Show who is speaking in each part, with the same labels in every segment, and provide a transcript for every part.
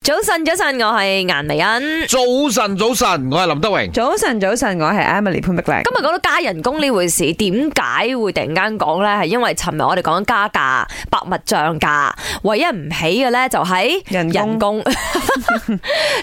Speaker 1: 早晨，早晨，我係顏美欣。
Speaker 2: 早晨，早晨，我系林德荣。
Speaker 3: 早晨，早晨，我係 Emily 潘碧玲。
Speaker 1: 今日講到加人工呢回事，點解會突然間講呢？係因為尋日我哋講緊加價、百物漲價，唯一唔起嘅呢就係
Speaker 3: 人工
Speaker 1: 工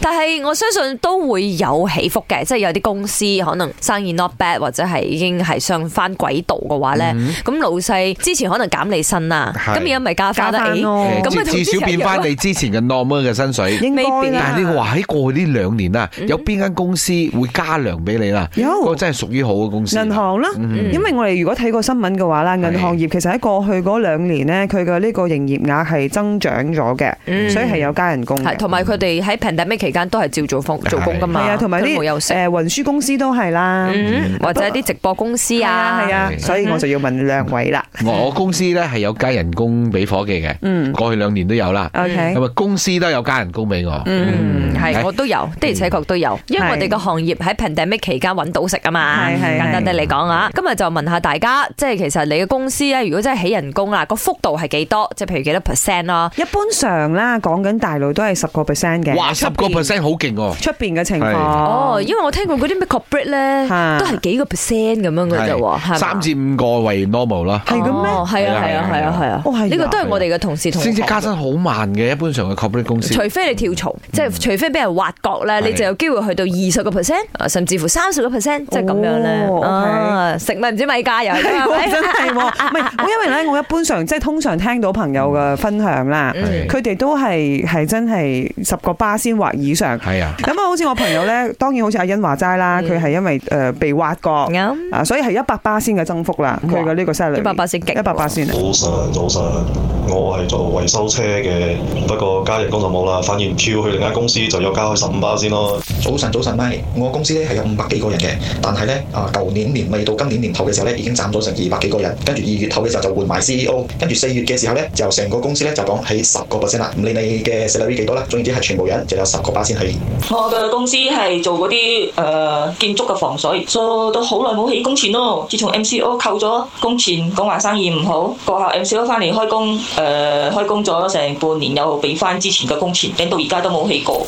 Speaker 1: 但係我相信都會有起伏嘅，即係有啲公司可能生意 not bad，或者係已經係上翻軌道嘅話呢，
Speaker 3: 嗯
Speaker 1: 咁、老細之前可能減你薪啦，
Speaker 2: 係
Speaker 1: 咁而家咪加翻得
Speaker 3: 加返咯
Speaker 2: 誒
Speaker 1: 咁咪啊
Speaker 2: 至
Speaker 1: 同
Speaker 2: 至
Speaker 1: 之前
Speaker 2: 少變翻你之前嘅 normal 嘅薪水。
Speaker 3: 應該
Speaker 1: Maybe
Speaker 2: 但
Speaker 3: 啦
Speaker 2: 係你話喺過去呢兩年啊，
Speaker 1: 嗯
Speaker 2: 有邊間公司會加糧俾你啦？
Speaker 1: 哦
Speaker 3: 有
Speaker 2: 嗰個真係屬於好嘅公司。
Speaker 3: 銀行啦，
Speaker 2: 嗯
Speaker 3: 因為我哋如果睇過新聞嘅話啦，銀行業其實喺過去嗰兩年呢，佢嘅呢個營業額係增長咗嘅，
Speaker 1: 嗯
Speaker 3: 所以係有加人工
Speaker 1: 係
Speaker 3: 嘅。
Speaker 1: 同埋佢哋喺 pandemic 期間都係照做方做工噶
Speaker 3: 係
Speaker 1: 嘛，
Speaker 3: 啊，同埋
Speaker 1: 都
Speaker 3: 啲
Speaker 1: 冇休息。
Speaker 3: 誒運輸公司都係啦，
Speaker 1: 嗯，或者啲直播公司
Speaker 3: 係啊
Speaker 1: 啊
Speaker 3: 係，啊，
Speaker 2: 係
Speaker 3: 所以我就要問兩位啦。
Speaker 2: 我公司咧係有加人工俾伙計嘅，
Speaker 3: 嗯
Speaker 2: 過去兩年都有啦。
Speaker 3: ，OK，
Speaker 2: 咁啊，公司都有加人工俾我。
Speaker 1: 嗯，係，
Speaker 2: 係
Speaker 1: 我都有，的而且確都有，因為
Speaker 3: 係
Speaker 1: 我哋個行業喺 pandemic 期間揾到食啊嘛，
Speaker 3: 係係
Speaker 1: 簡單地嚟講啊，今日就問下大家，即係其實你嘅公司啊咧，如果真係起人工啦，個幅度係幾多？即係譬如幾多 percent 咯？
Speaker 3: 一般上啦，講緊大陸都係十個 percent 嘅，
Speaker 2: 哇，十個 percent 好勁喎！
Speaker 3: 出邊嘅情況。
Speaker 2: 係
Speaker 1: 哦，因為我聽過嗰啲咩 corporate 咧，
Speaker 3: 嚇
Speaker 1: 都係幾個 percent 咁樣嘅啫喎，係嘛
Speaker 2: 三至五個為 normal 啦。
Speaker 3: 係咁咩
Speaker 1: 哦係啊係
Speaker 2: 係
Speaker 1: 啊
Speaker 2: 啊
Speaker 1: 係啊係啊
Speaker 3: 哦係啊，
Speaker 1: 呢個都係我哋嘅同事同學
Speaker 2: 升職加薪好慢嘅，一般上嘅 corporate 公司。嗯
Speaker 1: 除非你跳槽，即係除非俾人挖角咧，
Speaker 2: 係
Speaker 1: 你就有機會去到二十個 percent，甚至乎三十個 percent，即係咁樣咧。
Speaker 3: 哦，OK
Speaker 1: 啊食物唔知米價又係 咁係咪
Speaker 3: 真係喎，唔係我因為咧，我一般上即係通常聽到朋友嘅分享啦，
Speaker 2: 嗯
Speaker 3: 佢哋都係係真係十個巴仙或以上。
Speaker 2: 係啊，
Speaker 3: 咁啊，好似我朋友咧，當然好似阿欣話齋啦，
Speaker 1: 嗯
Speaker 3: 佢係因為誒被挖角
Speaker 1: 啱
Speaker 3: 啊，所以係一百巴仙嘅增幅啦，佢嘅呢個 salary
Speaker 1: 100%勁喎
Speaker 3: 一百巴仙啊。
Speaker 4: 早晨，早晨，我係做維修車嘅，不過加人工就冇啦，反而跳去另一間公司就有加去十五巴先咯。
Speaker 5: 早晨，早晨，Mike，我公司咧係有五百幾個人嘅，但係咧啊，舊年年尾到今年年頭嘅時候咧，已經斬咗成二百幾個人，跟住二月頭嘅時候就換埋 CEO，跟住四月嘅時候咧，就成個公司咧就講起十個 percent 啦，唔理你嘅 salary 幾多啦，總言之係全部人就有十個 percent 係。
Speaker 6: 我嘅公司係做嗰啲誒建築嘅防水，做到好耐冇起工錢咯。自從 MCO 扣咗工錢，講話生意唔好，過後 MCO 翻嚟開呃工，誒、開工咗成半年，又俾翻之前嘅工錢，頂到而家都冇起過。